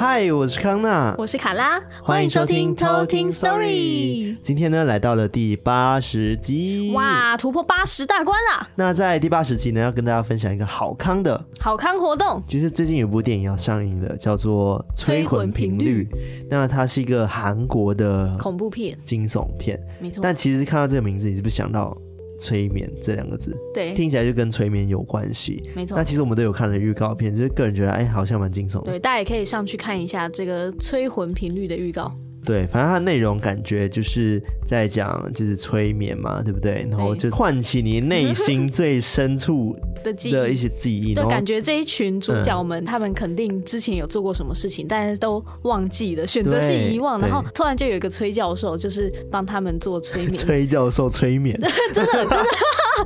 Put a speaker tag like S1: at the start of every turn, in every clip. S1: 嗨，我是康娜，
S2: 我是卡拉，
S1: 欢迎收听
S2: 偷
S1: 偷
S2: 听
S1: 听
S2: Story
S1: Story。今天呢，来到了第八十集。！
S2: 哇，突破八十大关了，
S1: 那在第八十集呢，要跟大家分享一个好康的，
S2: 好康活动，
S1: 其实最近有部电影要上映了，叫做《
S2: 催魂频率》。
S1: 那它是一个韩国的
S2: 恐怖片，
S1: 惊悚片，
S2: 没错，
S1: 但其实看到这个名字，你是不是想到催眠这两个字？
S2: 对，
S1: 听起来就跟催眠有关系。
S2: 没错
S1: 那，其实我们都有看了预告片，就是个人觉得，哎，好像蛮惊悚的。
S2: 对，大家也可以上去看一下这个催魂频率的预告，
S1: 对，反正它的内容感觉就是在讲就是催眠嘛，对不对？然后就唤起你内心最深处
S2: 的记
S1: 的一哦
S2: 忆。
S1: 些记忆，然
S2: 对，
S1: 后
S2: 感觉这一群主角们，他们肯定之前有做过什么事情，但是都忘记了，选择性遗忘，
S1: 对
S2: 然后突然就有一个崔教授，就是帮他们做催眠，
S1: 崔教授催眠，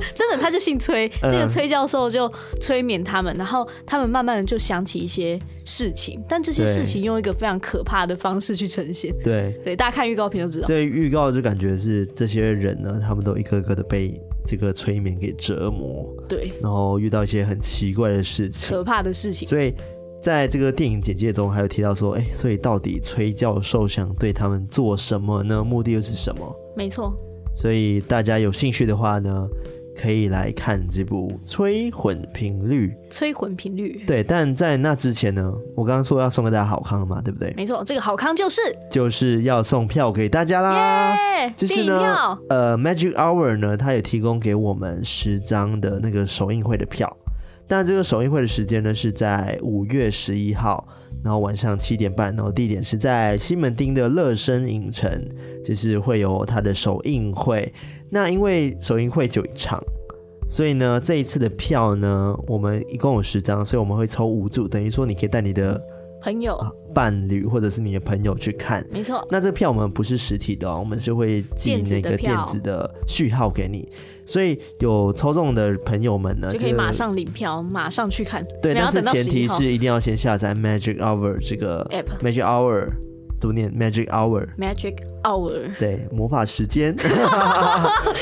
S2: 真的，他就姓崔，这
S1: 嗯
S2: 个崔教授就催眠他们，然后他们慢慢的就想起一些事情，但这些
S1: 对
S2: 事情用一个非常可怕的方式去呈现。
S1: 对。
S2: 对，大家看预告片就知道。
S1: 所以预告就感觉是这些人呢，他们都一个个的被这个催眠给折磨，
S2: 对，
S1: 然后遇到一些很奇怪的事情。
S2: 可怕的事情。
S1: 所以在这个电影简介中还有提到说，哎、所以到底崔教授想对他们做什么呢？目的又是什么？
S2: 没错，
S1: 所以大家有兴趣的话呢，可以来看这部《催魂频率》。
S2: 催魂频率。
S1: 对，但在那之前呢，我刚刚说要送给大家好康嘛，对不对？
S2: 没错，这个好康就是
S1: 就是要送票给大家啦。
S2: 耶，
S1: 啊就是
S2: 电影
S1: 呢
S2: 票，
S1: 呃，Magic Hour 呢，它有提供给我们十张的那个首映会的票。但这个首映会的时间呢是在五月十一号，然后晚上七点半，然后地点是在西门町的乐生影城，就是会有它的首映会。那因为首映会只有一场，所以呢这一次的票呢，我们一共有十张，所以我们会抽五组，等于说你可以带你的
S2: 朋友，
S1: 啊伴侣或者是你的朋友去看。
S2: 没错，
S1: 那这票我们不是实体的、哦，我们是会寄
S2: 电子
S1: 那
S2: 的
S1: 个
S2: 票
S1: 电子的序号给你，所以有抽中的朋友们呢，
S2: 就可以
S1: 这
S2: 马上领票，马上去看。
S1: 对，
S2: 没
S1: 但
S2: 有要
S1: 是
S2: 等到
S1: 前提
S2: 11号哎
S1: 是一定要先下载 Magic Hour 这个
S2: app
S1: Magic Hour 怎么念 Magic Hour？
S2: Magic Hour
S1: 对，魔法时 间，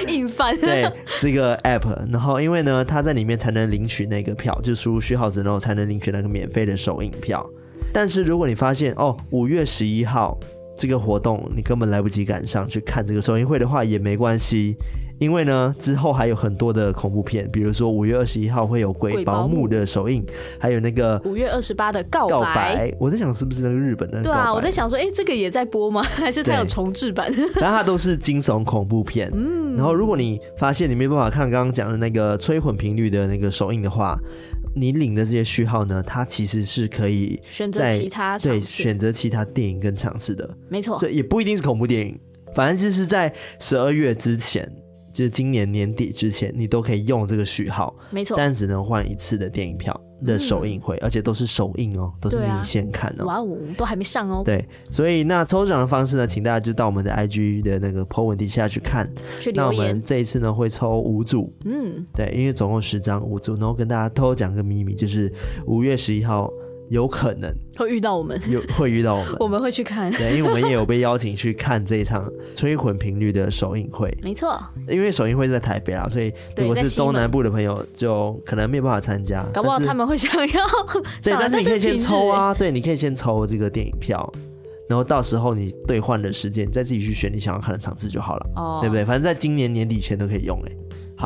S2: 硬翻。
S1: 对 这个 app，然后因为呢，它在里面才能领取那个票，就输入序号之后才能领取那个免费的首映票。但是如果你发现哦，五月十一号这个活动你根本来不及赶上去看这个首映会的话，也没关系，因为呢之后还有很多的恐怖片，比如说五月二十一号会有《
S2: 鬼
S1: 鬼
S2: 保
S1: 保
S2: 姆
S1: 姆》的首映，还有那个
S2: 五月二十八的告
S1: 告白。我在想是不是那个日本的那个
S2: 对
S1: 告白？
S2: 啊，我在想说，哎、这个也在播吗？ 还是它有
S1: 对
S2: 重制版？
S1: 反正它都是惊悚恐怖片。嗯，然后如果你发现你没办法看刚刚讲的那个催魂频率的那个首映的话，你领的这些序号呢，它其实是可以
S2: 选择
S1: 在
S2: 其他
S1: 对
S2: 场次，
S1: 选择其他电影跟场次的，
S2: 没错，
S1: 所以也不一定是恐怖电影，反正就是在十二月之前。就是今年年底之前，你都可以用这个序号，
S2: 没错。
S1: 但只能换一次的电影票的首映会，而且都是首映哦，都是
S2: 嗯对啊
S1: 你先看哦。
S2: 哇哦，都还没上哦，
S1: 对，所以那抽奖的方式呢，请大家就到我们的 IG 的那个 po 文底下去看。
S2: 去
S1: 那
S2: 留
S1: 我
S2: 言
S1: 们。这一次呢会抽五组，
S2: 嗯，
S1: 对，因为总共十张五组，然后跟大家偷讲个秘密，就是五月十一号有可能
S2: 会遇到我 们，
S1: 有会遇到我们，
S2: 我们会去看。
S1: 对，因为我们也有被邀请去看这一场《催魂频率》的首映会，
S2: 没错，
S1: 因为首映会在台北啦，啊所以
S2: 对
S1: 如果
S2: 在
S1: 是
S2: 西
S1: 中
S2: 门
S1: 南部的朋友就可能没有办法参加，
S2: 搞不好
S1: 但是
S2: 他们会想要
S1: 对，
S2: 上来
S1: 但是你可以
S2: 平
S1: 先
S2: 日
S1: 抽啊，对，你可以先抽这个电影票，然后到时候你兑换的时间，你再自己去选你想要看的场次就好了，
S2: 哦，
S1: 对不对？反正在今年年底前都可以用哎、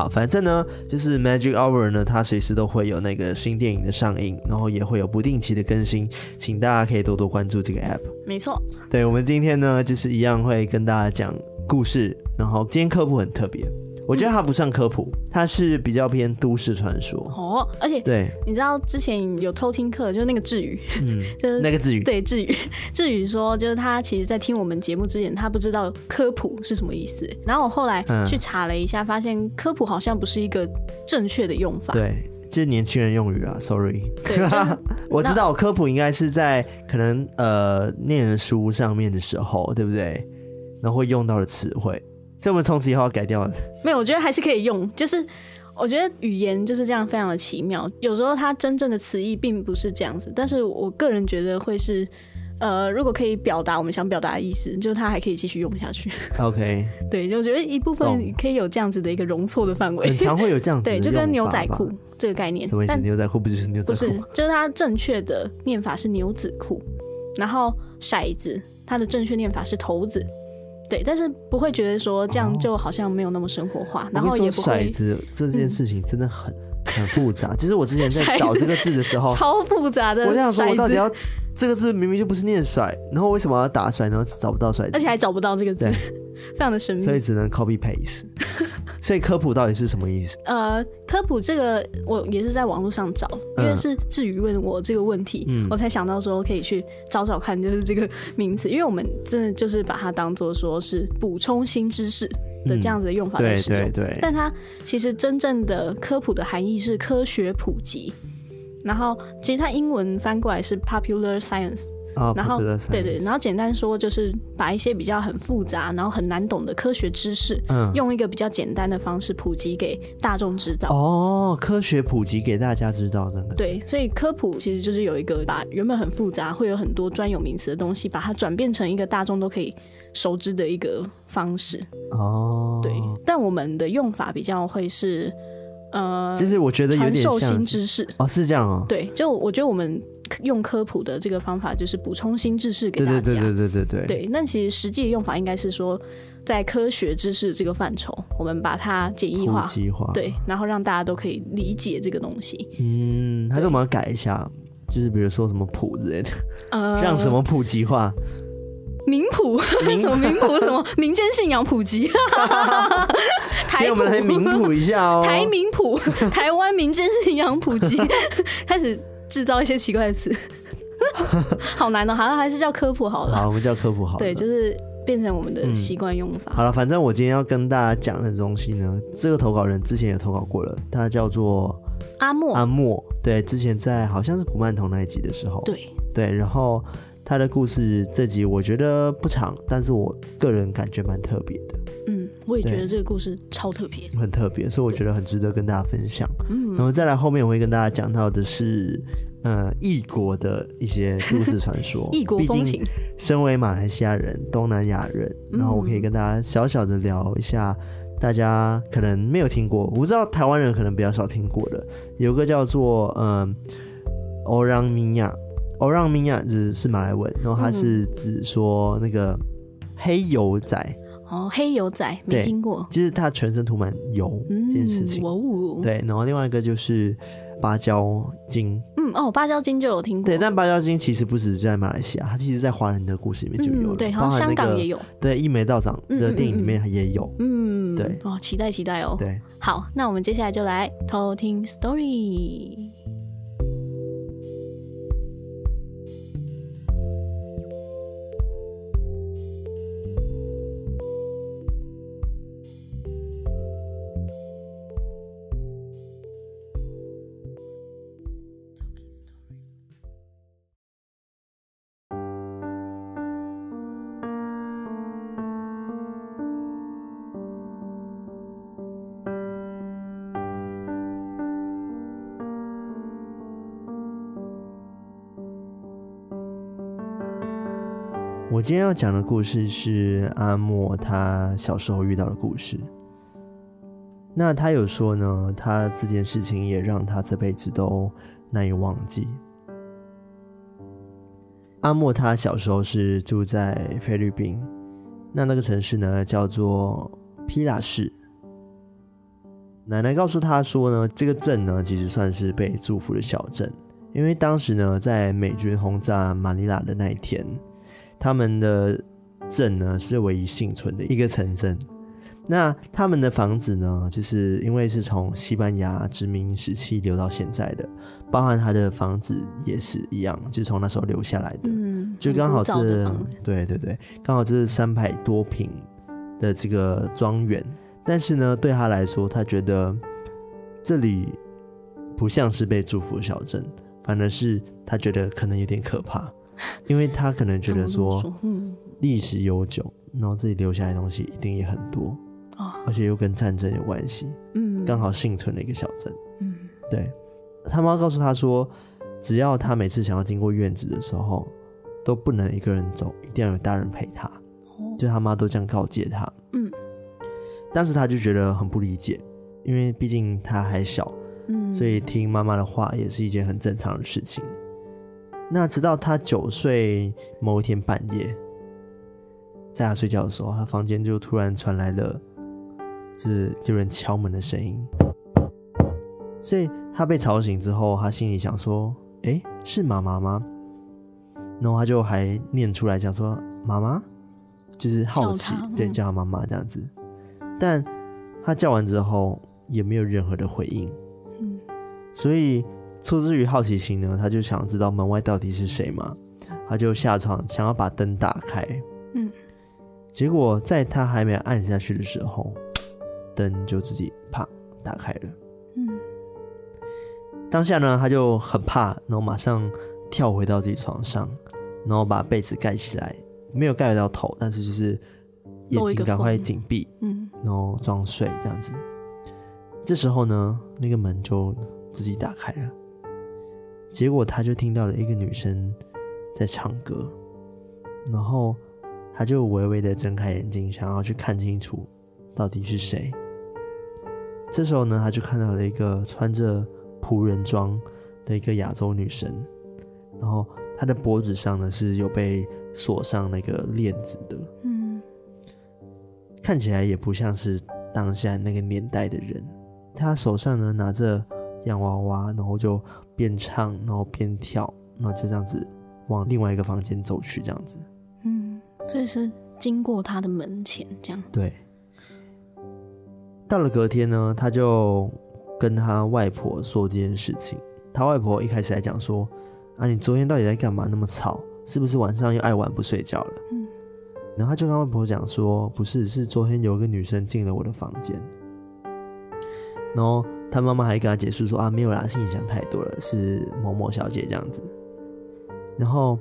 S1: 好，反正呢，就是 Magic Hour 呢，它随时都会有那个新电影的上映，然后也会有不定期的更新，请大家可以多多关注这个 app。
S2: 没错，
S1: 对我们今天呢，就是一样会跟大家讲故事，然后今天科普很特别，我觉得它不算科普，它是比较偏都市传说。
S2: 哦，而且
S1: 对，
S2: 你知道之前有偷听课，就是那个志宇，
S1: 嗯，
S2: 就是
S1: 那个字语，
S2: 对志宇， 志宇说，就是他其实，在听我们节目之前，他不知道科普是什么意思。然后我后来
S1: 嗯
S2: 去查了一下，发现科普好像不是一个正确的用法。
S1: 对，这是年轻人用语啊，sorry。
S2: 对，就是
S1: 我知道科普应该是在可能呃念书上面的时候，对不对？然后会用到的词汇，所以我们从此以后要改 掉了。
S2: 没有，我觉得还是可以用。就是我觉得语言就是这样，非常的奇妙。有时候它真正的词义并不是这样子，但是我个人觉得会是，呃，如果可以表达我们想表达的意思，就它还可以继续用下去。
S1: OK，
S2: 对，就我觉得一部分
S1: 懂
S2: 可以有这样子的一个容错的范围
S1: 很。 常会有这样子的
S2: 对，就跟
S1: 用
S2: 牛
S1: 法
S2: 仔
S1: 吧
S2: 裤这个概念
S1: 什么，意思？
S2: 但
S1: 牛仔裤不就是牛
S2: 不
S1: 仔
S2: 是
S1: 裤吗？，
S2: 就是它正确的念法是牛仔裤。然后骰子它的正确念法是骰子，对，但是不会觉得说这样就好像没有那么生活化，然后
S1: 哦我跟
S2: 也
S1: 你
S2: 不
S1: 说
S2: 会
S1: 骰子这件事情真的很、 很复杂。其实我之前在
S2: 骰
S1: 找
S2: 子
S1: 这个字的时候，
S2: 超复杂的
S1: 哦我想说，我
S2: 骰
S1: 到底
S2: 子，
S1: 要这个字明明就不是念甩，然后为什么要打甩，然后找不到甩
S2: 而且还找不到这个字
S1: 对，
S2: 非常的神秘
S1: 所。以只能 copy paste。所以科普到底是什么意思？
S2: 呃，科普这个我也是在网络上找，因
S1: 嗯
S2: 为是志宇问我这个问题，我才想到说可以去找找看，就是这个名词，因为我们真的就是把它当做说是补充新知识的这样子的用法来
S1: 对
S2: 使用。
S1: 嗯对对，
S2: 但它其实真正的科普的含义是科学普及，然后其实它英文翻过来是 popular science，
S1: 啊，
S2: 然后
S1: popular science
S2: 对对，然后简单说就是把一些比较很复杂然后很难懂的科学知识，
S1: 嗯
S2: 用一个比较简单的方式普及给大众知道。
S1: 哦，科学普及给大家知道，真的。
S2: 对，所以科普其实就是有一个把原本很复杂、会有很多专有名词的东西，把它转变成一个大众都可以熟知的一个方式。
S1: 哦，
S2: 对，但我们的用法比较会是，呃，
S1: 其实我觉得有
S2: 传
S1: 点
S2: 授
S1: 像
S2: 新
S1: 是
S2: 知识。
S1: 哦，是这样哦。
S2: 对，就我觉得我们用科普的这个方法，就是补充新知识给
S1: 对
S2: 大家。
S1: 对对对对对对。
S2: 对，那其实实际的用法应该是说，在科学知识这个范畴，我们把它简易
S1: 普
S2: 化，
S1: 及化，
S2: 对，然后让大家都可以理解这个东西。
S1: 嗯，还是我们要改一下，就是比如说什么普之类的，
S2: 呃，
S1: 让什么普及化？
S2: 民谱？什么民谱？什么 民间信仰普及？
S1: 今
S2: 台
S1: 天我们来明
S2: 谱、
S1: 普一下哦。
S2: 台民谱、台湾民间信仰普及， 开始制造一些奇怪的 词，好难哦。好了，还是叫科普好了。
S1: 好，我们叫科普好了。
S2: 对，就是变成我们的习惯用法。
S1: 好了，反正我今天要跟大家讲的东西呢，这个投稿人之前也投稿过了，他叫做
S2: 阿莫，
S1: 阿莫，对，之前在好像是古曼童那一集的时候，
S2: 对，
S1: 对，然后他的故事这集我觉得不长，但是我个人感觉蛮特别的，
S2: 嗯，我也觉
S1: 对
S2: 得这个故事超特别。
S1: 很特别，所以我觉得很值得跟大家分享。
S2: 嗯，
S1: 然后再来后面我会跟大家讲到的是，呃，异国的一些都市传说
S2: 异国
S1: 毕
S2: 风
S1: 竟
S2: 情，
S1: 身为马来西亚人、东南亚人，
S2: 嗯
S1: 然后我可以跟大家小小的聊一下，大家可能没有听过，我不知道台湾人可能比较少听过的，有个叫做嗯欧让米亚，欧让米亚就是是马来文，然后它是指说那个黑油仔，
S2: 哦，黑油仔没
S1: 对
S2: 听过。
S1: 其实它全身涂满油
S2: 嗯
S1: 这件事，情，
S2: 我悟。
S1: 对，然后另外一个就是芭蕉精，
S2: 嗯，哦，芭蕉金就有听过。
S1: 对，但芭蕉精其实不只是在马来西亚，它其实在华人的故事里面就有了，
S2: 嗯，对，好
S1: 包含
S2: 像香
S1: 那
S2: 港
S1: 个
S2: 也有。
S1: 对，一眉道长的电影里面也有。
S2: 嗯，
S1: 对
S2: 哦，期待期待哦。
S1: 对，
S2: 好，那我们接下来就来偷听 story。
S1: 我今天要讲的故事是阿莫他小时候遇到的故事。那他有说呢，他这件事情也让他这辈子都难以忘记。阿莫他小时候是住在菲律宾，那那个城市呢叫做皮拉市。奶奶告诉他说呢，这个镇呢其实算是被祝福的小镇，因为当时呢在美军轰炸马尼拉的那一天，他们的镇呢是唯一幸存的一个城镇。那他们的房子呢，就是因为是从西班牙殖民时期留到现在的，包含他的房子也是一样，就是从那时候留下来的。
S2: 嗯，
S1: 就
S2: 很
S1: 刚
S2: 古
S1: 好
S2: 早
S1: 这
S2: 的房子
S1: 对对对，刚好这是三百多平的这个庄园，但是呢，对他来说，他觉得这里不像是被祝福的小镇，反而是他觉得可能有点可怕，因为他可能觉
S2: 怎么
S1: 得
S2: 这么
S1: 说
S2: 说，嗯，
S1: 历史悠久，然后这里留下来的东西一定也很多，
S2: 哦，
S1: 而且又跟战争有关系，
S2: 嗯，
S1: 刚，好幸存的一个小镇。
S2: 嗯，
S1: 对，他妈告诉他说，只要他每次想要经过院子的时候，都不能一个人走，一定要有大人陪他。
S2: 哦，
S1: 就他妈都这样告诫他。
S2: 嗯
S1: 当时他就觉得很不理解，因为毕竟他还小，
S2: 嗯，
S1: 所以听妈妈的话也是一件很正常的事情。那直到他九岁某一天半夜，在他睡觉的时候，他房间就突然传来了，就是有人敲门的声音。所以他被吵醒之后，他心里想说：“诶，是妈妈吗？”然后他就还念出来讲说：“妈妈。”就是好奇
S2: 叫他，
S1: 对，
S2: 嗯
S1: 叫他妈妈这样子。但他叫完之后也没有任何的回应。
S2: 嗯，
S1: 所以出自于好奇心呢，他就想知道门外到底是谁嘛，他就下床想要把灯打开，
S2: 嗯，
S1: 结果在他还没有按下去的时候，灯就自己啪打开了。
S2: 嗯，
S1: 当下呢，他就很怕，然后马上跳回到自己床上，然后把被子盖起来，没有盖到头，但是就是眼
S2: 露一
S1: 睛
S2: 个
S1: 赶快
S2: 缝
S1: 紧闭，
S2: 嗯，
S1: 然后装睡这样子。这时候呢，那个门就自己打开了，结果他就听到了一个女生在唱歌，然后他就微微的睁开眼睛，想要去看清楚到底是谁。这时候呢，他就看到了一个穿着仆人装的一个亚洲女生，然后她的脖子上呢是有被锁上那个链子的，
S2: 嗯，
S1: 看起来也不像是当下那个年代的人。他手上呢拿着洋娃娃，然后就边唱，然后边跳，然后就这样子往另外一个房间走去，这样子。
S2: 嗯，所以是经过他的门前这样，
S1: 对。到了隔天呢，他就跟他外婆说这件事情。他外婆一开始还讲说：“啊，你昨天到底在干嘛？那么吵，是不是晚上又爱玩不睡觉了？”
S2: 嗯
S1: 然后他就跟外婆讲说：“不是，是昨天有个女生进了我的房间。”然后他妈妈还跟他解释说：“啊，没有啦，是你想太多了，是某某小姐这样子。”然后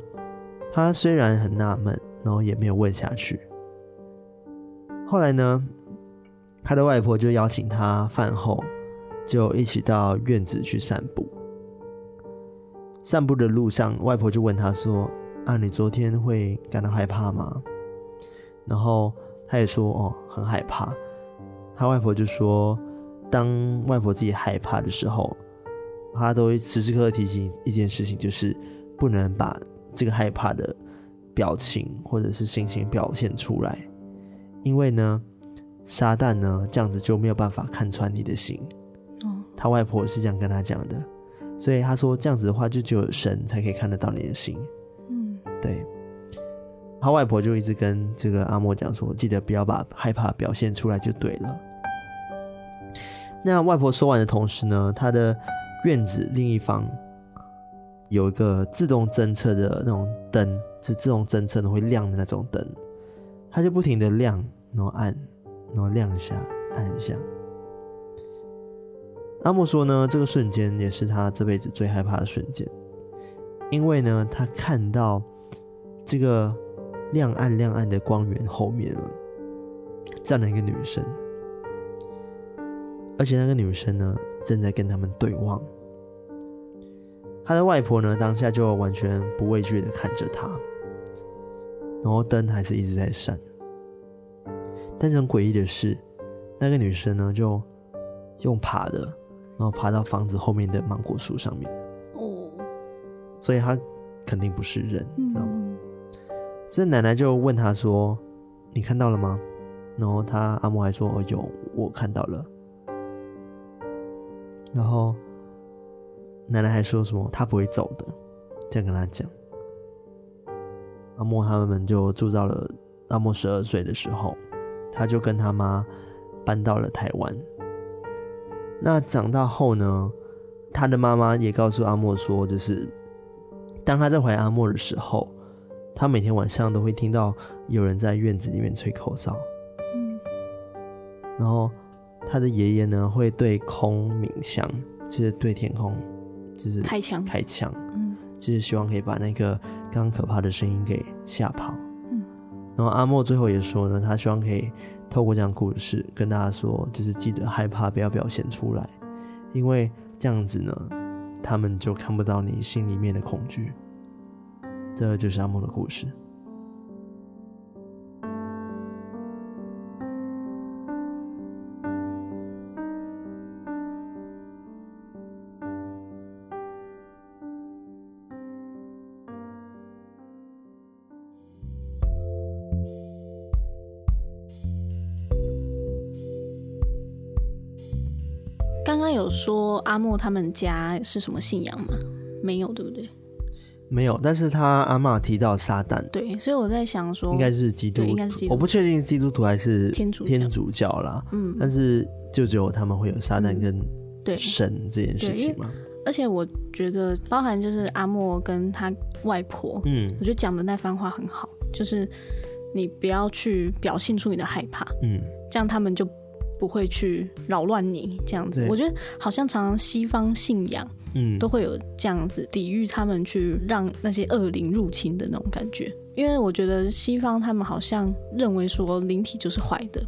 S1: 他虽然很纳闷，然后也没有问下去。后来呢，他的外婆就邀请他饭后就一起到院子去散步。散步的路上，外婆就问他说：“啊，你昨天会感到害怕吗？”然后他也说：“哦，很害怕。”他外婆就说：“当外婆自己害怕的时候，她都会时时刻刻提醒一件事情，就是不能把这个害怕的表情或者是心情表现出来，因为呢，撒旦呢这样子就没有办法看穿你的心。”
S2: 哦，
S1: 他外婆是这样跟他讲的，所以他说这样子的话，就只有神才可以看得到你的心。
S2: 嗯
S1: 对，他外婆就一直跟这个阿莫讲说，记得不要把害怕表现出来就对了。那外婆说完的同时呢，她的院子另一方有一个自动侦测的那种灯，是自动侦测的会亮的那种灯，它就不停的亮，然后按，然后亮一下，按一下。阿莫说呢，这个瞬间也是他这辈子最害怕的瞬间，因为呢，他看到这个亮暗亮暗的光源后面呢，站了一个女生，而且那个女生呢正在跟他们对望。他的外婆呢当下就完全不畏惧的看着他，然后灯还是一直在闪。但是很诡异的是，那个女生呢就用爬的，然后爬到房子后面的芒果树上面，
S2: 哦，
S1: 所以她肯定不是人，知道吗？
S2: 嗯
S1: 所以奶奶就问他说：“你看到了吗？”然后他阿嬷还说：“哦，有，我看到了。”然后奶奶还说什么他不会走的，这样跟他讲。阿嬷他们就住到了阿嬷十二岁的时候，他就跟他妈搬到了台湾。那长大后呢，他的妈妈也告诉阿嬷说，就是当他在怀阿嬷的时候，他每天晚上都会听到有人在院子里面吹口哨，
S2: 嗯
S1: 然后他的爷爷呢会对空鸣枪，就是对天空，就是
S2: 开枪，
S1: 开枪，
S2: 嗯
S1: 就是希望可以把那个刚刚可怕的声音给吓跑。
S2: 嗯，
S1: 然后阿莫最后也说呢，他希望可以透过这样的故事跟大家说，就是记得害怕不要表现出来，因为这样子呢，他们就看不到你心里面的恐惧。这就是阿莫的故事。
S2: 刚刚有说阿莫他们家是什么信仰吗？没有，对不对？
S1: 没有，但是他阿嬷提到撒旦，
S2: 对，所以我在想说，
S1: 应该是基督
S2: 哦对应该
S1: 徒，
S2: 是基督徒
S1: 我不确定是基督徒还是
S2: 天主教
S1: 天主教啦，
S2: 嗯，
S1: 但是就只有他们会有撒旦跟
S2: 对，
S1: 神这件事情嘛。
S2: 而且我觉得包含就是阿莫跟他外婆，
S1: 嗯
S2: 我觉得讲的那番话很好，就是你不要去表现出你的害怕，
S1: 嗯，
S2: 这样他们就不会去扰乱你这样子
S1: 对。
S2: 我觉得好像常常西方信仰
S1: 嗯，
S2: 都会有这样子抵御他们去让那些恶灵入侵的那种感觉，因为我觉得西方他们好像认为说灵体就是坏的，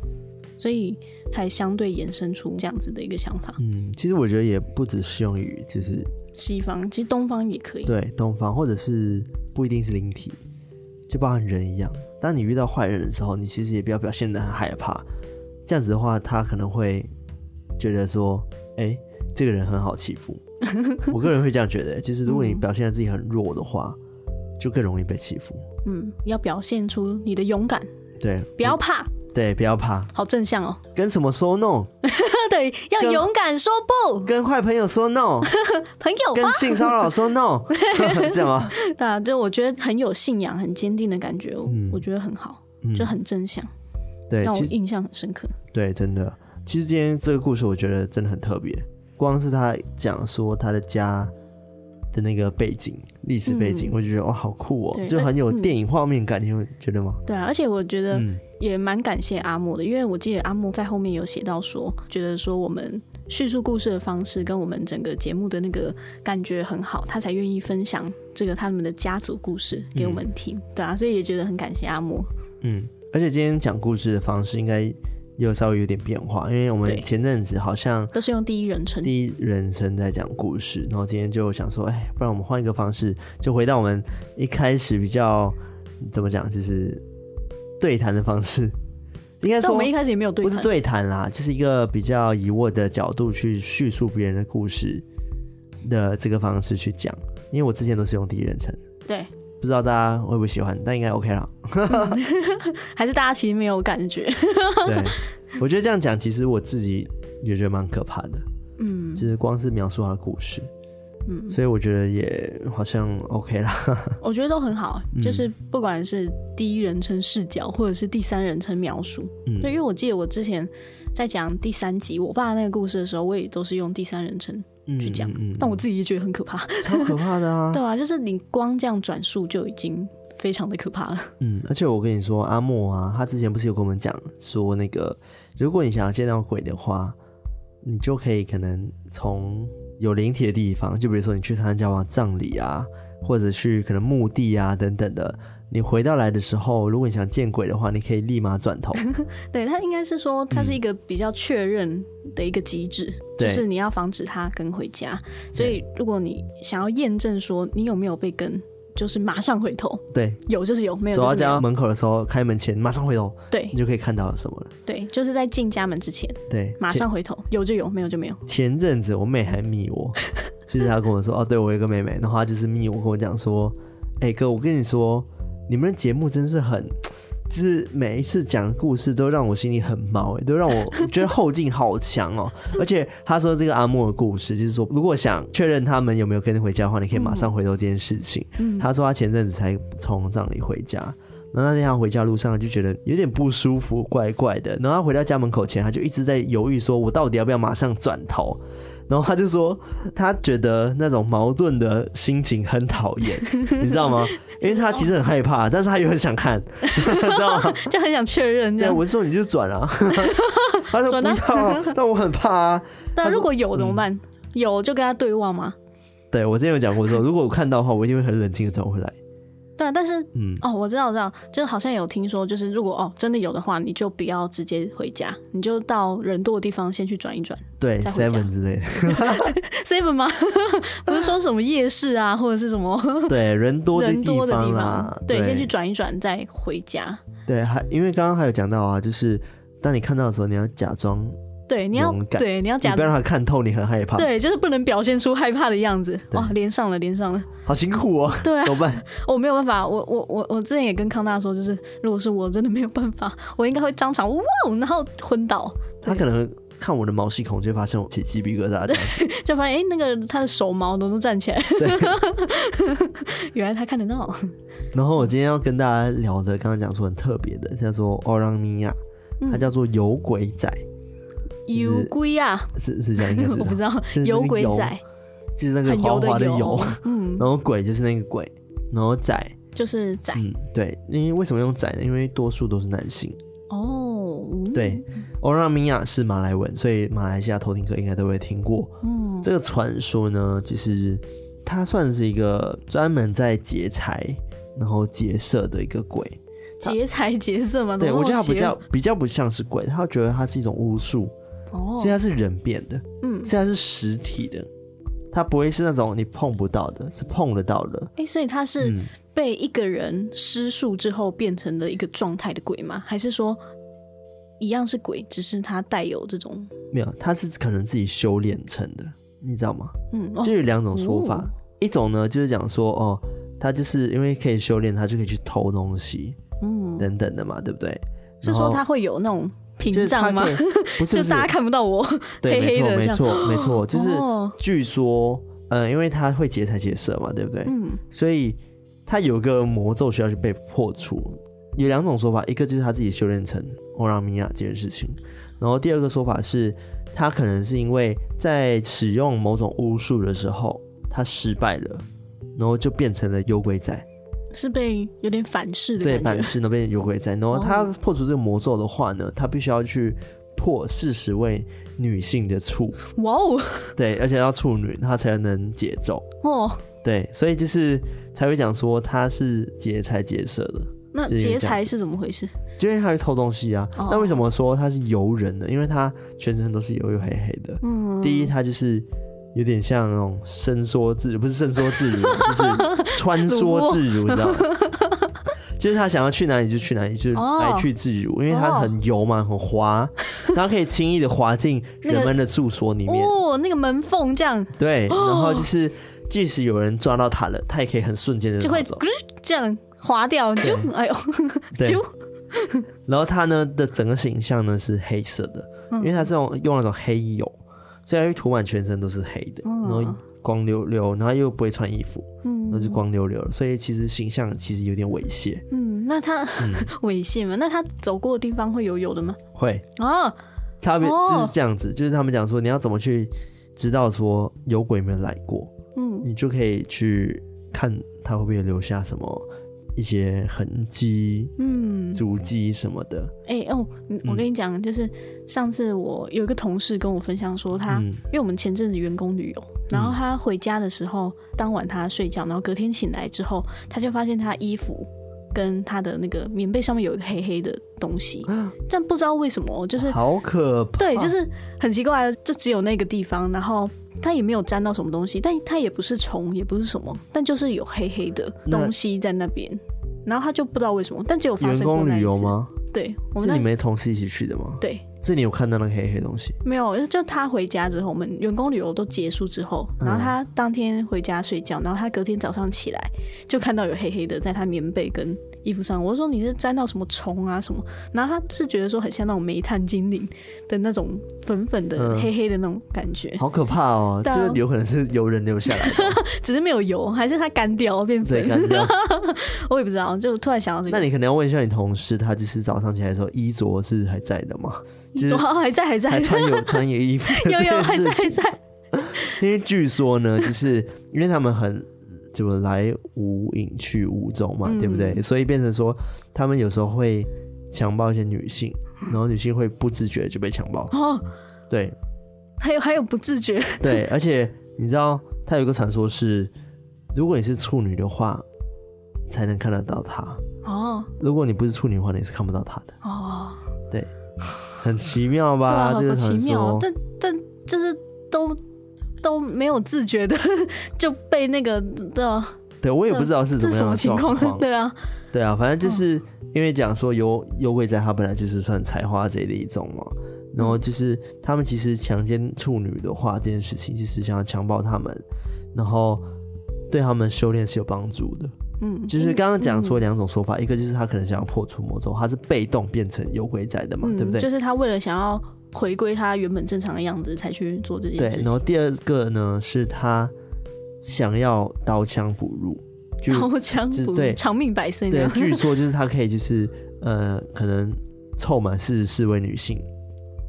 S2: 所以才相对衍生出这样子的一个想法。
S1: 嗯，其实我觉得也不只适用于就是
S2: 西方其实东方也可以，
S1: 对东方，或者是不一定是灵体，就包含人一样。当你遇到坏人的时候，你其实也不要表现得很害怕，这样子的话，他可能会觉得说，哎、这个人很好欺负。我个人会这样觉得，就是如果你
S2: 嗯
S1: 表现得自己很弱的话，就更容易被欺负。
S2: 嗯，要表现出你的勇敢，
S1: 对，
S2: 不要怕，
S1: 对，不要怕，
S2: 好正向哦。
S1: 跟什么说 no，
S2: 对，要
S1: 跟
S2: 勇敢说不，
S1: 跟坏朋友说 no，
S2: 朋友
S1: 跟性骚扰说 no，这 样吗？
S2: 对啊，就我觉得很有信仰、很坚定的感觉，我
S1: 嗯
S2: 我觉得很好，
S1: 嗯
S2: 就很正向，
S1: 对，
S2: 让
S1: 其
S2: 我
S1: 实。
S2: 印象很深刻。
S1: 对，真的。其实今天这个故事，我觉得真的很特别。光是他讲说他的家的那个背景、历史背景，
S2: 嗯
S1: 我就觉得哇，好酷哦，
S2: 对
S1: 就很有
S2: 而嗯
S1: 电影画面感，你会觉得吗？
S2: 对啊，而且我觉得
S1: 嗯，
S2: 也蛮感谢阿莫的，因为我记得阿莫在后面有写到说，觉得说我们叙述故事的方式跟我们整个节目的那个感觉很好，他才愿意分享这个他们的家族故事给我们听。对啊，所以也觉得很感谢阿莫。
S1: 嗯，而且今天讲故事的方式应该又稍微有点变化，因为我们
S2: 对
S1: 前阵子好像
S2: 都是用第一人称，
S1: 第一人称在讲故事，然后今天就想说，哎，不然我们换一个方式，就回到我们一开始比较怎么讲，就是对谈的方式。应该
S2: 但
S1: 说
S2: 我们一开始也没有对
S1: 不是
S2: 谈，
S1: 对谈啦，就是一个比较以我的角度去叙述别人的故事的这个方式去讲，因为我之前都是用第一人称，
S2: 对，
S1: 不知道大家会不会喜欢，但应该 OK 啦。
S2: 还是大家其实没有感觉。
S1: 对，我觉得这样讲，其实我自己也觉得蛮可怕的，
S2: 嗯
S1: 就是光是描述他的故事，
S2: 嗯，
S1: 所以我觉得也好像 OK 啦。
S2: 我觉得都很好，
S1: 嗯
S2: 就是不管是第一人称视角或者是第三人称描述，
S1: 嗯
S2: 对，因为我记得我之前在讲第三集我爸那个故事的时候，我也都是用第三人称去讲，
S1: 嗯嗯嗯
S2: 但我自己也觉得很 可怕，
S1: 超可怕的啊
S2: 对！吧、就是你光这样转述就已经非常的可怕了，
S1: 嗯，而且我跟你说，阿莫啊，他之前不是有跟我们讲说，那个如果你想要见到鬼的话，你就可以可能从有灵体的地方，就比如说你去参加完葬礼啊，或者去可能墓地啊等等的，你回到来的时候，如果你想见鬼的话，你可以立马 转头。
S2: 对他应该是说它是一个比较确认的一个机制，
S1: 对
S2: 就是你要防止他跟回家，所以如果你想要验证说你有没有被跟，就是马上回头，
S1: 对，
S2: 有就是有，没有
S1: 走啊到
S2: 就是没
S1: 家
S2: 有，
S1: 门口的时候，开门前马上回头，
S2: 对
S1: 你就可以看到什么了。
S2: 对，就是在进家门之前。
S1: 对，
S2: 马上回头，有就有，没有就没有。
S1: 前阵子我妹还密我，就是她跟我说，哦，对我有一个妹妹，然后她就是密我跟我讲说，哎、哥，我跟你说，你们的节目真是很，就是每一次讲故事都让我心里很毛、哎，都让我我觉得后劲好强哦、 而且她说这个阿莫的故事，就是说如果想确认他们有没有跟你回家的话，你可以马上回头这件事情。
S2: 嗯，
S1: 她说她前阵子才从葬礼回家。然后那天她回家路上就觉得有点不舒服，怪怪的。然后她回到家门口前，她就一直在犹豫，说我到底要不要马上转头。 然后她就说，她觉得那种矛盾的心情很讨 厌，你知道吗？因为她其实很害怕，但是她又很想看， 你知 道吗？
S2: 就很想确认这
S1: 对，
S2: 样。
S1: 我就说你就转啊。 她说
S2: 转
S1: 不
S2: 啊
S1: 要啊，但我很怕啊。
S2: 那如果有怎么
S1: 嗯
S2: 办？有就跟他对望嘛。
S1: 对我之前有讲过说，如果我看到的话，我一定会很冷静的转回来。
S2: 对啊，但是
S1: 嗯，
S2: 哦，我知道，我知道，就好像有听说，就是如果哦真的有的话，你就不要直接回家，你就到人多的地方先去转一转
S1: 对
S2: 再回家
S1: ，seven 之类的。
S2: ，seven 吗？ 不是说什么夜市啊，或者是什么
S1: 对， 人多的
S2: 人
S1: 地
S2: 多的
S1: 方啊
S2: 地
S1: 啦
S2: 方，，对，先去转一转再回家。
S1: 对，还因为刚刚还有讲到啊，就是当你看到的时候，你要假装，你
S2: 对，你要
S1: 勇敢
S2: 对，你要假
S1: 不要让他看透你很害怕，
S2: 对，就是不能表现出害怕的样子。
S1: 对
S2: 哇，连上了，连上了。
S1: 好辛苦哦，
S2: 对啊
S1: 怎么办？
S2: 我没有办法，我我我我之前也跟康大说， 就是如果是我真的没有办法，我应该会当场哇，然后昏倒。
S1: 他可能看我的毛细孔就发现我起鸡皮疙瘩这样子。
S2: 就发现哎、诶那个他的手毛都都站起来， 原来他看得到。
S1: 然后我今天要跟大家聊的，刚刚讲说很特别的，叫做奥朗米亚，
S2: 嗯
S1: 它叫做有鬼仔，是
S2: 油龟啊，
S1: 是是这样，应该是
S2: 我不知道
S1: 是那个
S2: 油鬼
S1: 油
S2: 仔，
S1: 就是那个
S2: 很
S1: 滑
S2: 油
S1: 滑的
S2: 油
S1: 油，，
S2: 嗯，
S1: 然后鬼就是那个鬼，然后仔，
S2: 就是仔
S1: 嗯，对，因为为什么用仔呢？因为多数都是男性。
S2: 哦，嗯
S1: 对，欧拉米亚是马来文，所以马来西亚偷听客应该都会听过。
S2: 嗯
S1: 这个传说呢，其实它算是一个专门在劫财，然后劫色的一个鬼。
S2: 劫财劫色嘛，
S1: 对
S2: 怎么
S1: 我觉
S2: 啊
S1: 得
S2: 那么
S1: 它比
S2: 邪
S1: 较比较不像是鬼，他觉得它是一种巫术，
S2: 哦
S1: 所以，它是人变的，
S2: 嗯，
S1: 所以它是实体的，它不会是那种你碰不到的，是碰得到的。
S2: 哎、所以他是
S1: 嗯，
S2: 被一个人施术之后变成的一个状态的鬼吗？还是说一样是鬼，只是他带有这种
S1: 没有，它是可能自己修炼成的，你知道吗？
S2: 嗯哦
S1: 就有两种说法，
S2: 哦
S1: 一种呢就是讲说哦，他就是因为可以修炼，他就可以去偷东西
S2: 嗯，
S1: 等等的嘛，对不对？
S2: 是
S1: 然
S2: 说
S1: 后
S2: 他会有那种
S1: 就是
S2: 屏
S1: 他
S2: 障吗
S1: 可？以不是
S2: 就
S1: 不是
S2: 大家看不到我，
S1: 对，
S2: 黑黑的
S1: 没
S2: 这
S1: 错没
S2: 样
S1: 错没错，就是
S2: 哦
S1: 据说呃，因为他会劫财劫色嘛，对不对？
S2: 嗯
S1: 所以他有个魔咒需要去被破除。有两种说法，一个就是他自己修炼成欧拉米亚这件事情，然后第二个说法是，他可能是因为在使用某种巫术的时候，他失败了，然后就变成了幽鬼仔，
S2: 是被有点反噬的
S1: 对，
S2: 嗯感
S1: 反
S2: 觉。哦
S1: 噬那边有鬼仔。然后他破除这个魔咒的话呢，他必须要去破四十位女性的处，
S2: 哇哦
S1: 对，而且要处女，他才能解咒。
S2: 哦，
S1: 对，所以就是才会讲说他是劫财劫色的。
S2: 那
S1: 就是这
S2: 劫
S1: 样子
S2: 财是怎么回事？
S1: 就因为他去偷东西啊。
S2: 哦
S1: 那为什么说他是游人呢？因为他全身都是油油黑黑的。
S2: 嗯，
S1: 第一，他就是有点像那种伸缩自如，不是伸缩自如，就是 穿梭自如，你知道吗？就是他想要去哪里就去哪里，就是
S2: 哦
S1: 来去自如，因为他很油嘛，很 滑，他可以轻易的滑进人们的住所里面。
S2: 哦，那个门缝这样
S1: 对，然 后就是即使有人抓到他了，他也可以很瞬间的
S2: 就会
S1: 走
S2: 咕。噜这样滑掉，就哎呦，
S1: 对
S2: 啾，
S1: 然后他呢的整个形象呢是黑色的，
S2: 嗯
S1: 因为他这种用那种黑油，所以他会涂满全身都是黑的，然后光溜溜，然后又不会穿衣服，然后
S2: 嗯嗯
S1: 就光溜溜了，所以其实形象其实有点猥亵，
S2: 嗯，那他 猥亵嘛？那他走过的地方会有有的吗？
S1: 会，
S2: 哦，
S1: 他们
S2: 哦
S1: 就是这样子，就是他们讲说你要怎么去知道说有鬼没有来过，
S2: 嗯，
S1: 你就可以去看他会不会留下什么一些痕迹、
S2: 嗯，
S1: 足迹什么的，
S2: 哎、哦，你我
S1: 嗯
S2: 跟你讲，就是上次我有一个同事跟我分享说他，
S1: 嗯
S2: 因为我们前阵子员工旅游，然后他回家的时候，当晚他睡觉，然后隔天醒来之后，他就发现他衣服跟他的那个棉被上面有一个黑黑的东西，但不知道为什么，就是
S1: 啊好啊可怕，
S2: 对，就是很奇怪，就只有那个地方，然后它也没有沾到什么东西，但它也不是虫，也不是什么，但就是有黑黑的
S1: 那
S2: 东西在那边，然后他就不知道为什么，但只有发
S1: 员
S2: 生过
S1: 工
S2: 那
S1: 旅
S2: 一
S1: 游
S2: 次。
S1: 吗？
S2: 对，我
S1: 是
S2: 们
S1: 你
S2: 那
S1: 们同事一起去的吗？
S2: 对
S1: 所以你有看到那个黑黑东西？
S2: 没有，就他回家之后，我们员工旅游都结束之后，
S1: 嗯
S2: 然后他当天回家睡觉，然后他隔天早上起来就看到有黑黑的在他棉被跟衣服上。我就说你是沾到什么虫啊什么？然后他是觉得说很像那种煤炭精灵的那种粉粉的、
S1: 嗯
S2: 黑黑的那种感觉。
S1: 好可怕哦！
S2: 对啊
S1: 这个有可能是游人留下来的，
S2: 只是没有油，还是它干掉变
S1: 对，
S2: 粉？
S1: 干掉。
S2: 我也不知道，就突然想到这
S1: 那
S2: 个。
S1: 你可能要问一下你同事，他就是早上起来的时候衣着是还在的吗？就是
S2: 哇，哦还在，还在，
S1: 还
S2: 还在？
S1: 穿有穿有衣服
S2: 有有，
S1: 这
S2: 还
S1: 件事情
S2: 在，还在。
S1: 因为据说呢，就是因为他们很怎么来无影去无踪嘛，
S2: 嗯
S1: 对不对？所以变成说他们有时候会强暴一些女 性，然后女性会不自觉地就被强暴。
S2: 哦，
S1: 对
S2: 还有还有不自觉，
S1: 对，而且你知道，他有一个传说是，如果你是处女的话，才能看得到他。
S2: 哦
S1: 如果你不是处女的话，你是看不到他的，
S2: 哦，
S1: 很奇妙
S2: 对
S1: 吧？
S2: 啊，好
S1: 这个
S2: 奇
S1: 传
S2: 妙哦
S1: 说，。
S2: 但但就是都都没有自觉的 就被那个的，
S1: 对我也不知道是怎么
S2: 这什
S1: 样
S2: 么
S1: 的
S2: 情
S1: 状
S2: 况？
S1: 况。
S2: 对啊，
S1: 对啊，反正就是因为讲说有有鬼仔，他本来就是算采花贼的一种嘛。然
S2: 嗯
S1: 后就是他们其实强奸处女的话，这件事情就是想要强暴他们，然后对他们修炼是有帮助的。
S2: 嗯，
S1: 就是刚刚讲说两种说法，一个就是他可能想要破除魔咒，他是被动变成有鬼仔的嘛，
S2: 嗯，
S1: 对不对？
S2: 就是他为了想要回归它原本正常的样子才去做这件
S1: 对
S2: 事，
S1: 然后
S2: 情。
S1: 第二个呢是他想要刀枪不入，据
S2: 刀枪
S1: 就是
S2: 不入
S1: 对
S2: 长命百岁那
S1: 对
S2: 样，
S1: 据说就是他可以就是 呃可能凑满四十四位女性，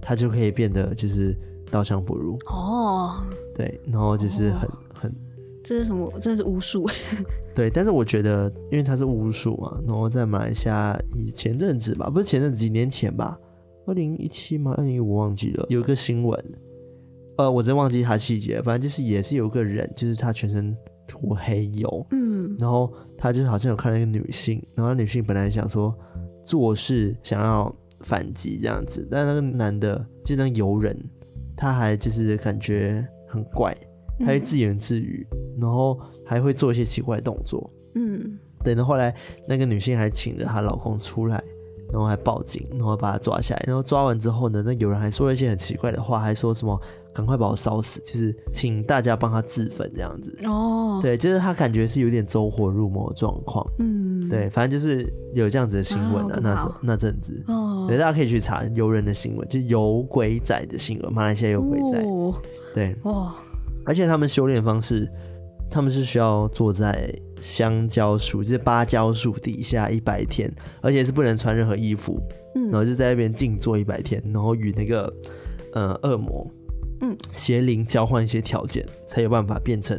S1: 他就可以变得就是刀枪不入，
S2: 哦，
S1: 对，然后就是很、很
S2: 这是什么？真的是巫术欸
S1: 对，但是我觉得因为他是巫术嘛，然后在马来西亚以前阵子吧，不是前阵子几年前吧，二零一七吗？二零一五忘记了，有一个新闻。呃，我真忘记他细节了，反正就是也是有个人，就是他全身涂黑油，
S2: 嗯，
S1: 然后他就好像有看到一个女性，然后那女性本来想说做事想要反击这样子，但那个男的就那个游人，他还就是感觉很怪，他会
S2: 嗯
S1: 自言自语，然后还会做一些奇怪的动作。
S2: 嗯，
S1: 对，然后后来那个女性还请着她老公出来，然后还报警，然后把他抓下来。然后抓完之后呢，那有人还说了一些很奇怪的话，还说什么“赶快把我烧死”，就是请大家帮他自焚这样子。
S2: 哦，
S1: 对，就是他感觉是有点走火入魔的状况。
S2: 嗯，，
S1: 对，反正就是有这样子的新闻啊，
S2: 啊
S1: 那
S2: 好
S1: 时
S2: 可
S1: 候
S2: 怕
S1: 那阵子，
S2: 哦
S1: 对，，大家可以去查游人的新闻，就是有鬼仔的新闻，马来西亚有鬼仔，
S2: 哦，
S1: 对，
S2: 哇，
S1: 而且他们修炼方式，他们是需要坐在香蕉树，就是芭蕉树底下一百天，而且是不能穿任何衣服，
S2: 嗯
S1: 然后就在那边静坐一百天，然后与那个呃恶魔，
S2: 嗯，
S1: 邪灵交换一些条件，才有办法变成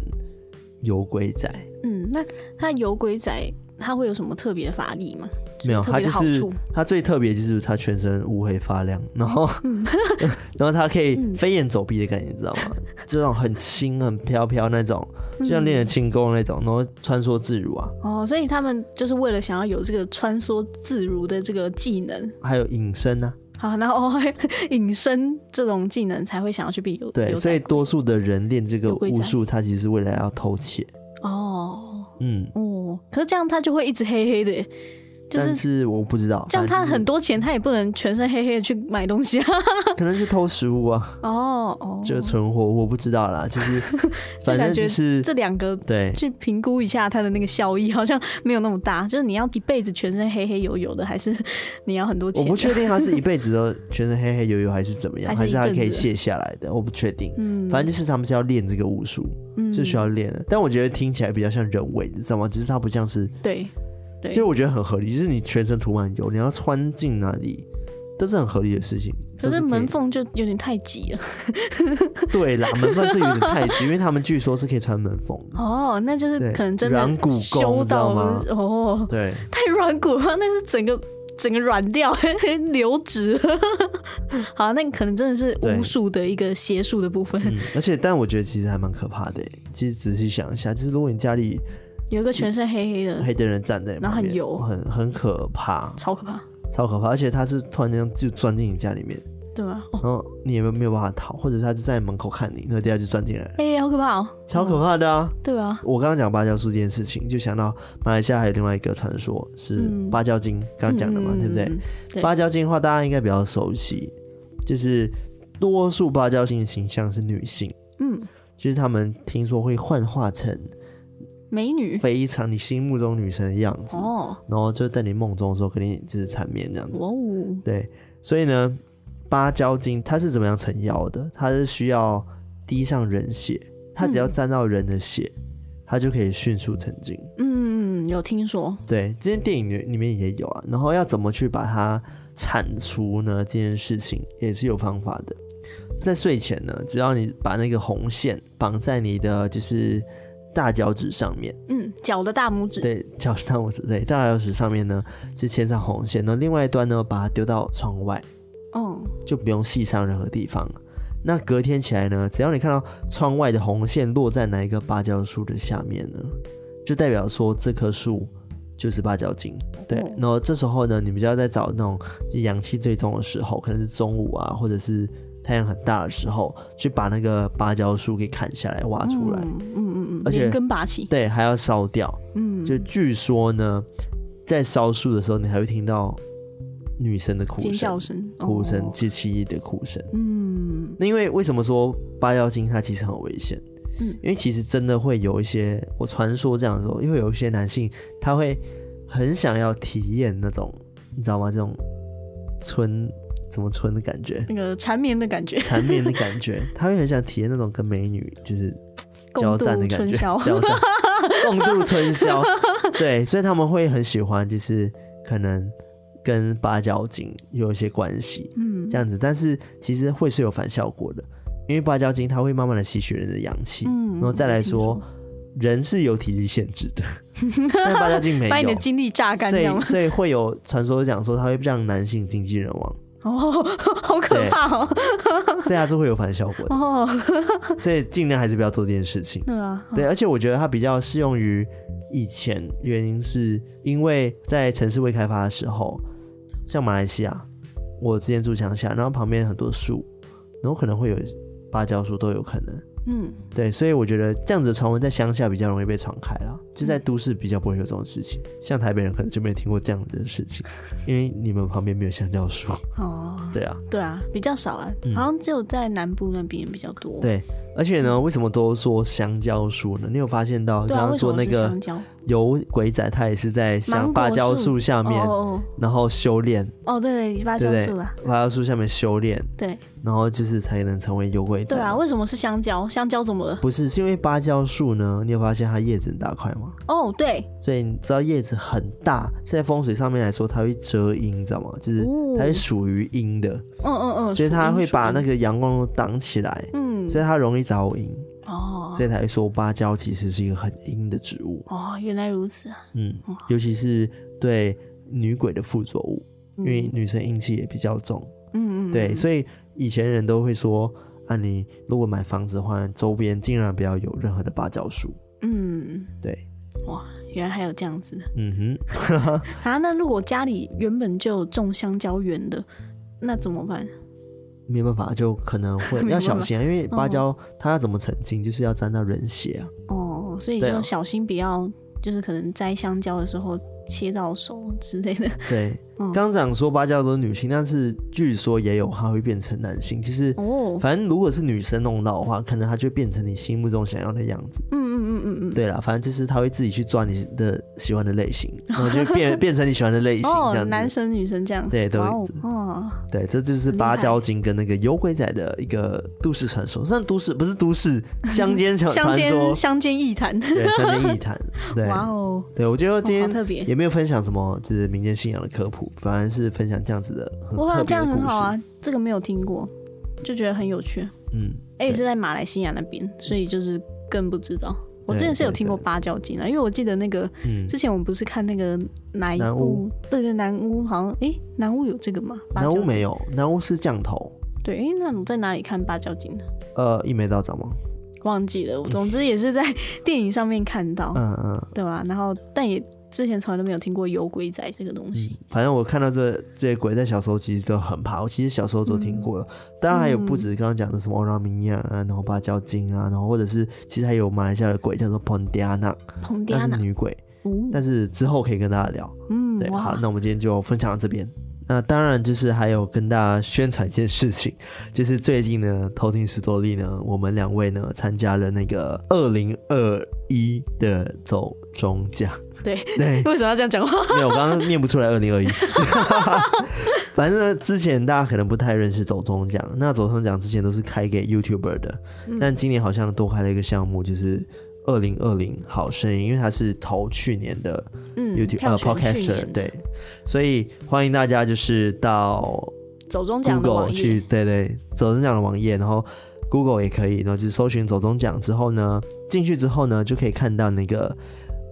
S1: 游鬼仔。
S2: 嗯，那他有鬼仔，他会有什么特别的法力吗？
S1: 没有，
S2: 特
S1: 他
S2: 别
S1: 就
S2: 的好
S1: 是
S2: 处
S1: 他最特别就是他全身乌黑发亮，然后、
S2: 嗯
S1: 然后他可以飞檐走壁的感觉，你知道吗？这种很轻很飘飘那种，就
S2: 嗯
S1: 像练了轻功那种，然后穿梭自如啊，
S2: 哦，所以他们就是为了想要有这个穿梭自如的这个技能，
S1: 还有隐身啊，
S2: 好，然后、哦、 隐身这种技能才会想要去比有
S1: 对，
S2: 有
S1: 所以多数的人练这个
S2: 有规
S1: 巫
S2: 则
S1: 术，他其实是为了要偷窃，
S2: 哦
S1: 嗯，
S2: 哦，可是这样他就会一直黑黑的耶，就
S1: 但
S2: 是
S1: 是我不知道，
S2: 这样
S1: 反
S2: 他
S1: 正
S2: 很多钱他也不能全身黑黑的去买东西啊，
S1: 就是可能是偷食物啊，
S2: 哦哦，
S1: 就是存活，我不知道啦，就是 反正
S2: 感
S1: 就
S2: 觉
S1: 是
S2: 这两个
S1: 对，
S2: 去评估一下它的那个效益，好像没有那么大。就是你要一辈子全身黑黑油油的，还是你要很多
S1: 我
S2: 钱？
S1: 不确定他是一辈子都全身黑黑油油还是怎么样，还
S2: 还
S1: 是
S2: 是一
S1: 他
S2: 阵子
S1: 可以卸下来的，我不确定。
S2: 嗯，
S1: 反正就是他们是要练这个武术，
S2: 嗯
S1: 是需要练的。但我觉得听起来比较像人为，你知道吗？只是它不像是，
S2: 对对，
S1: 其实我觉得很合理，就是你全身涂满油，你要穿进哪里都是很合理的事情。
S2: 可是
S1: 都可以
S2: 门缝就有点太挤了。
S1: 对啦，门缝是有点太挤，因为他们据说是可以穿门缝 的。
S2: 哦，那就是
S1: 对
S2: 可能真
S1: 软
S2: 的
S1: 骨功
S2: 修到
S1: 你
S2: 了
S1: 知
S2: 哦，
S1: 对，
S2: 太软骨了，那是整个整个软掉 流质。 好，那可能真的是
S1: 对
S2: 巫术的一个邪术的部分。
S1: 嗯，而且但我觉得其实还蛮可怕的。其实仔细想一下，就是如果你家里
S2: 有一个全身黑黑的，
S1: 黑的人站在你
S2: 然后
S1: 旁边
S2: 很油
S1: 很很可怕，
S2: 超可怕，
S1: 超可怕，而且他是突然间就钻进你家里面，
S2: 对吧？哦，
S1: 然后你也没有没有办法逃，或者是他就在你门口看你，然后等下就钻进来了，
S2: 哎、好可怕哦，
S1: 超可怕的啊！
S2: 对吧？
S1: 我刚刚讲芭蕉树这件事情，就想到马来西亚还有另外一个传说是
S2: 嗯
S1: 芭蕉精，刚刚讲的嘛，
S2: 嗯
S1: 对不对？？
S2: 对
S1: 芭蕉精的话，大家应该比较熟悉，就是多数芭蕉精的形象是女性，
S2: 嗯，
S1: 就是他们听说会幻化成
S2: 美女
S1: 非常你心目中女神的样子，
S2: 哦，
S1: 然后就在你梦中的时候，肯定就是缠绵这样子。
S2: 哇哦，
S1: 对，所以呢，芭蕉精它是怎么样成妖的？它是需要滴上人血，它只要沾到人的血，它就可以迅速成精。
S2: 嗯，有听说，
S1: 对，这些电影里面也有啊。然后要怎么去把它铲除呢？这件事情也是有方法的。在睡前呢，只要你把那个红线绑在你的就是大脚趾上面，
S2: 嗯，脚的大拇指，
S1: 对，脚趾大拇指对大脚趾上面呢，就牵上红线，然后另外一端呢，把它丢到窗外。
S2: 哦，
S1: 就不用系上任何地方。那隔天起来呢，只要你看到窗外的红线落在哪一个芭蕉树的下面呢，就代表说这棵树就是芭蕉精。对
S2: 哦，
S1: 然后这时候呢，你们就要在找那种阳气最重的时候，可能是中午啊，或者是太阳很大的时候，去把那个芭蕉树给砍下来挖出来。
S2: 嗯嗯嗯嗯，
S1: 而且
S2: 连根拔起，
S1: 对，还要烧掉。
S2: 嗯，
S1: 就据说呢，在烧树的时候，你还会听到女生的哭
S2: 尖叫
S1: 声、
S2: 声，
S1: 哭声、
S2: 哦
S1: 凄凄的哭声。
S2: 嗯
S1: 那因为为什么说八妖精它其实很危险？
S2: 嗯
S1: 因为其实真的会有一些，我传说这样说，因为有一些男性他会很想要体验那种，你知道吗？这种村怎么春的感觉，
S2: 那个缠绵的感 觉，
S1: 缠绵的感觉，他会很想体验那种跟美女就是交
S2: 共度
S1: 战的感
S2: 春
S1: 觉，
S2: 宵。
S1: 交战共度春 宵。对，所以他们会很喜欢，就是可能跟八角精有一些关系
S2: 嗯
S1: 这样子，但是其实会是有反效果的，因为八角精它会慢慢的吸取人的阳气，
S2: 嗯，
S1: 然后再来
S2: 我听
S1: 说， 人是有体力限制 的，但八角精没有，
S2: 把你的精力榨干
S1: 所
S2: 这样
S1: 以
S2: 吗？
S1: 所以会有传说讲说它会让男性经纪人亡，
S2: 哦，好可
S1: 对
S2: 怕哦！
S1: 所以它是会有反效果 的，
S2: 哦，
S1: 所以尽量还是不要做这件事情。
S2: 对啊，
S1: 对，而且我觉得它比较适用于以前，原因是因为在城市未开发的时候，像马来西亚，我之前住乡下，然后旁边很多树，然后可能会有芭蕉树都有可能。
S2: 嗯，
S1: 对，所以我觉得这样子的传闻在乡下比较容易被传开啦，就
S2: 嗯
S1: 在都市比较不会有这种事情。像台北人可能就没有听过这样子的事情，因为你们旁边没有香蕉树。
S2: 哦，
S1: 对啊，
S2: 对啊，比较少啊，好像只有在南部那边比较多。
S1: 嗯对。而且呢，为什么都说香蕉树呢？你有发现到
S2: 对
S1: 刚
S2: 啊，
S1: 刚
S2: 为什
S1: 说
S2: 么
S1: 那
S2: 是
S1: 个
S2: 香蕉？
S1: 有鬼仔他也是在像芭蕉树下面，
S2: 哦
S1: 然后修炼，
S2: 哦哦，对对，芭
S1: 对
S2: 蕉
S1: 不对
S2: 树啦，？
S1: 芭蕉树下面修炼，
S2: 对
S1: 然后就是才能成为有鬼仔。
S2: 对啊，为什么是香蕉？香蕉怎么了？
S1: 不是，是因为芭蕉树呢，你有发现它叶子很大块吗？
S2: 哦，对，
S1: 所以你知道叶子很大，在风水上面来说，它会遮阴，你知道吗？就是
S2: 哦
S1: 它是属于阴的，
S2: 嗯嗯嗯，
S1: 所以它会把那
S2: 个
S1: 个阳光都挡起来，
S2: 嗯
S1: 所以它容易招阴，
S2: 哦
S1: 所以才会说芭蕉其实是一个很阴的植物。
S2: 哦，原来如此啊，
S1: 嗯，尤其是对女鬼的附着物，因为女生阴气也比较重，
S2: 嗯嗯嗯，
S1: 对，所以以前人都会说，啊，你如果买房子的话，周边尽量不要有任何的芭蕉树，
S2: 嗯，
S1: 对，
S2: 哇，原来还有这样子的
S1: 嗯哼，
S2: 啊！那如果家里原本就有种香蕉园的，那怎么办？
S1: 没办法，就可能 会
S2: 没
S1: 要
S2: 办
S1: 小
S2: 法嗯
S1: 心啊，因为芭蕉它要怎么成精，就是要沾到人血啊，
S2: 哦，所以
S1: 对啊
S2: 要小心，不要就是可能摘香蕉的时候切到手之类 的。
S1: 对。
S2: 嗯
S1: 刚讲说芭蕉都是女性，但是据说也有它会变成男性。其实，
S2: 哦，
S1: 反正如果是女生弄到的话，可能它就变成你心目中想要的样子。
S2: 嗯嗯嗯嗯
S1: 对啦，反正就是他会自己去抓你的喜欢的类型，然后就变 变成你喜欢的类
S2: 嗯，
S1: 型这
S2: 哦，
S1: 样
S2: 男
S1: 子。
S2: 生女生这样，
S1: 对都
S2: 哇
S1: 有
S2: 哦，哦，
S1: 对，这就是
S2: 很厉
S1: 芭
S2: 害
S1: 蕉精跟那个有鬼仔的一个都市传说，算都市不是都 市，乡间传
S2: 乡
S1: 传说
S2: 间，乡间异谈，
S1: 对，乡间异 谈。对，
S2: 哇哦，
S1: 对我觉得今
S2: 哇好
S1: 天
S2: 特别，
S1: 也没有分享什么就是民间信仰的科普，反而是分享这样子的很
S2: 哇，
S1: 特
S2: 这
S1: 别的
S2: 样
S1: 故
S2: 很好
S1: 事。
S2: 啊，这个没有听过，就觉得很有趣。
S1: 嗯，
S2: 哎、
S1: 对
S2: 是在马来西亚那边，所以就是更不知道。我之
S1: 对
S2: 前是有
S1: 对
S2: 听过
S1: 对
S2: 芭蕉精啊，因为我记得那个
S1: 嗯
S2: 之前我们不是看那个哪一
S1: 南
S2: 部？对对，南屋好像哎、南屋有这个吗？芭
S1: 南
S2: 蕉
S1: 屋
S2: 精
S1: 没有，南屋是降头，
S2: 对，哎、那我在哪里看芭蕉精呢？
S1: 呃，一眉道长吗？
S2: 忘记了，我总之也是在电影上面看到，
S1: 嗯嗯。
S2: 对吧、然后但也之前从来都没有听过有鬼仔这个东西。
S1: 反正我看到这这些鬼在小时候其实都很怕，我其实小时候都听过了。
S2: 嗯
S1: 当然还有不止刚刚讲的什么欧拉米亚啊，然后芭蕉精啊，然后或者是其实还有马来西亚的鬼叫做蓬迪亚娜，
S2: 彭迪
S1: 那
S2: 安
S1: 嗯是
S2: 娜，
S1: 女鬼，
S2: 哦，
S1: 但是之后可以跟大家聊。
S2: 嗯
S1: 对，，好
S2: 哇，，
S1: 那我们今天就分享到这边。那当然就是还有跟大家宣传一件事情，就是最近呢，偷听史多利呢，我们两位呢参加了那个二零二一的走中奖，
S2: 对
S1: 对，
S2: 为什么要这样讲话？
S1: 没有，我刚刚念不出来二零二一。 反正呢，之前大家可能不太认识走中奖，那走中奖之前都是开给 YouTuber 的，
S2: 嗯
S1: 但今年好像多开了一个项目，就是二零二零好声音，因为它是投去年的
S2: 嗯
S1: YouTube、
S2: 票
S1: 呃
S2: 选去
S1: Podcaster
S2: 年
S1: 对，所以欢迎大家就是到
S2: 走中奖的
S1: Google
S2: 网
S1: 去
S2: 页，
S1: 对对走中奖的网页，然后 Google 也可以，然后就是搜寻走中奖之后呢，进去之后呢，就可以看到那个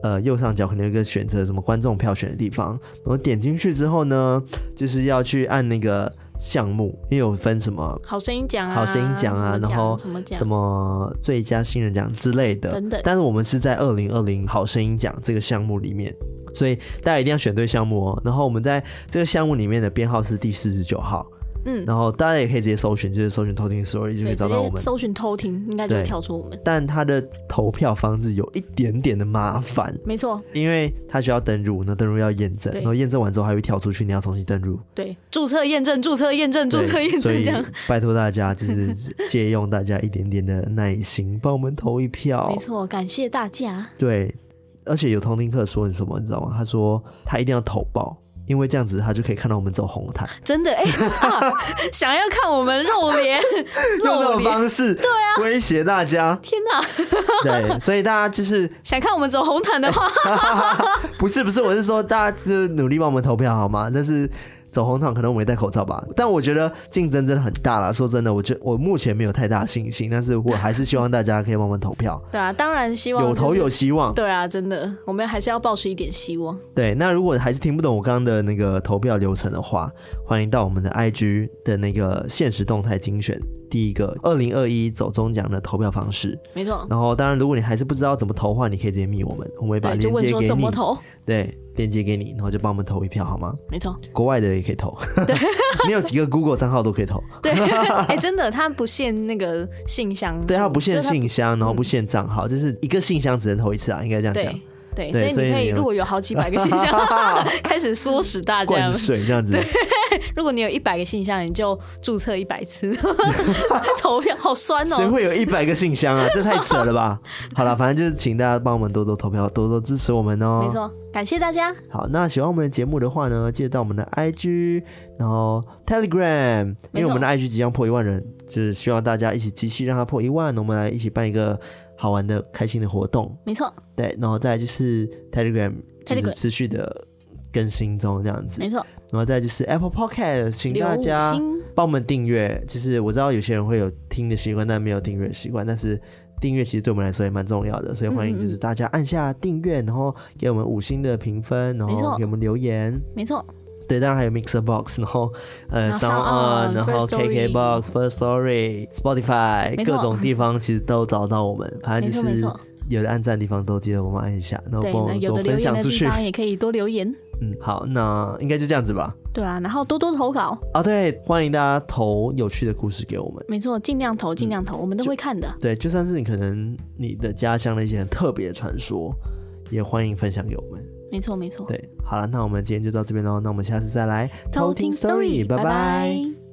S1: 呃右上角可能有一个选择什么观众票选的地方，然后点进去之后呢，就是要去按那个项目，因为有分什么
S2: 好声音奖啊，
S1: 好声音奖啊
S2: 什么
S1: 然后
S2: 奖什么奖
S1: 什么最佳新人奖之类的，
S2: 等等，
S1: 但是我们是在二零二零好声音奖这个项目里面，所以大家一定要选对项目哦。然后我们在这个项目里面的编号是第四十九号，
S2: 嗯，
S1: 然后大家也可以直接搜寻，就是搜寻偷听 story 就可以
S2: 对，
S1: 找
S2: 直
S1: 到我
S2: 接
S1: 们。
S2: 搜寻偷听，应该就会
S1: 对
S2: 跳出我们。
S1: 但它的投票方式有一点点的麻烦，
S2: 没错，
S1: 因为它需要登录，那登录要验证，
S2: 对
S1: 然后验证完之后还会跳出去，你要重新登录。
S2: 对，注册验证，注册验证，注册
S1: 对
S2: 验
S1: 所
S2: 证，
S1: 以
S2: 这样
S1: 拜托大家，就是借用大家一点点的耐心，帮我们投一票
S2: 没。错。感谢大家，
S1: 对，而且有通听课说你什么，你知道吗？他说他一定要投报，因为这样子他就可以看到我们走红 毯，
S2: 真的哎、 啊，想要看我们露脸，
S1: 用这
S2: 露
S1: 种
S2: 脸，，
S1: 方式对啊威胁大家
S2: 天哪！
S1: 对，所以大家就是
S2: 想看我们走红毯的 话，
S1: 不是不是，我是说大家就是努力帮我们投票好吗？但是走红毯可能我没戴口罩吧，但我觉得竞争真的很大啦。说真的，我觉我目前没有太大的信心，但是我还是希望大家可以帮忙投票，
S2: 对啊，当然希望
S1: 有
S2: 就是
S1: 投有希望。
S2: 对啊，真的，我们还是要抱持一点希望。
S1: 对，那如果还是听不懂我刚刚的那个投票流程的话，欢迎到我们的 IG 的那个现实动态精选第一个二零二一走中奖的投票方式。
S2: 没错，
S1: 然后，当然如果你还是不知道怎么投的话，你可以直接密我们，我们会把
S2: 对，
S1: 链
S2: 就问
S1: 接
S2: 说
S1: 给
S2: 怎
S1: 你
S2: 么。投，
S1: 对，链接给你，然后就帮我们投一票好吗？
S2: 没错，
S1: 国外的也可以投， 你有几个 Google 账号都可以投。
S2: 对，哎、真的，它不限那个信箱，
S1: 对，它不限
S2: 就是
S1: 信箱，然后不限账号，就是一个信箱只能投一次啊，应该这样
S2: 它，
S1: 讲
S2: 对。对，
S1: 对
S2: 所以你可
S1: 所以
S2: 以
S1: 你有
S2: 如果有好几百个信 箱， 开始唆使大家
S1: 灌，水这样子，
S2: 如果你有一百个信箱，你就注册一 百次投票，好酸
S1: 谁
S2: 哦。
S1: 会有一百个信箱啊？这太扯了 吧！好了，反正就是请大家帮我们多多投票，多多支持我们哦。
S2: 没错，感谢大家，
S1: 好，那喜欢我们的节目的话呢，记得到我们的 IG，然后 Telegram，因
S2: 没
S1: 为
S2: 错
S1: 我们的 IG 即将破一万人，就是希望大家一起集气让它破一万，我们来一起办一个好玩的、开心的活动。
S2: 没错，
S1: 对，然后再来就是 Telegram，就是
S2: Telegram
S1: 持续的更新中这样子，
S2: 没错，
S1: 然后再来就是 Apple Podcast，请
S2: 留
S1: 大
S2: 五
S1: 家
S2: 星，
S1: 帮我们订阅。就是我知道有些人会有听的习惯，但没有订阅的习惯，但是。订阅其实对我们来说也蛮重要的，所以欢迎
S2: 嗯嗯
S1: 就是大家按下订阅，然后给我们五星的评分，然
S2: 没
S1: 后
S2: 错
S1: 给我们留言。
S2: 没错，
S1: 对，当然还有 Mixer Box，然后呃
S2: 然后
S1: s o n
S2: Sound On，
S1: 然后
S2: First Story
S1: KK Box、First Story、Spotify
S2: 没
S1: 各
S2: 错
S1: 种地方其实都找到我们，反正
S2: 没
S1: 就
S2: 错，没
S1: 是
S2: 错，
S1: 有的按赞的地方都记得我们按一下，然后
S2: 对，
S1: 帮我
S2: 那
S1: 们
S2: 有
S1: 多
S2: 的留
S1: 分
S2: 言
S1: 享
S2: 的
S1: 出
S2: 地
S1: 去。
S2: 方也可以多留言，
S1: 嗯，好，那应该就这样子吧。
S2: 对啊，然后多多投稿，
S1: 啊，对，欢迎大家投有趣的故事给我们。
S2: 没错，尽量投，尽量投，我们
S1: 嗯
S2: 都
S1: 就
S2: 会看的。
S1: 对，就算是你可能你的家乡的一些很特别的传说，也欢迎分享给我们。
S2: 没错，没错。
S1: 对，好了，那我们今天就到这边喽，那我们下次再来
S2: 偷听 story，
S1: 拜
S2: 拜拜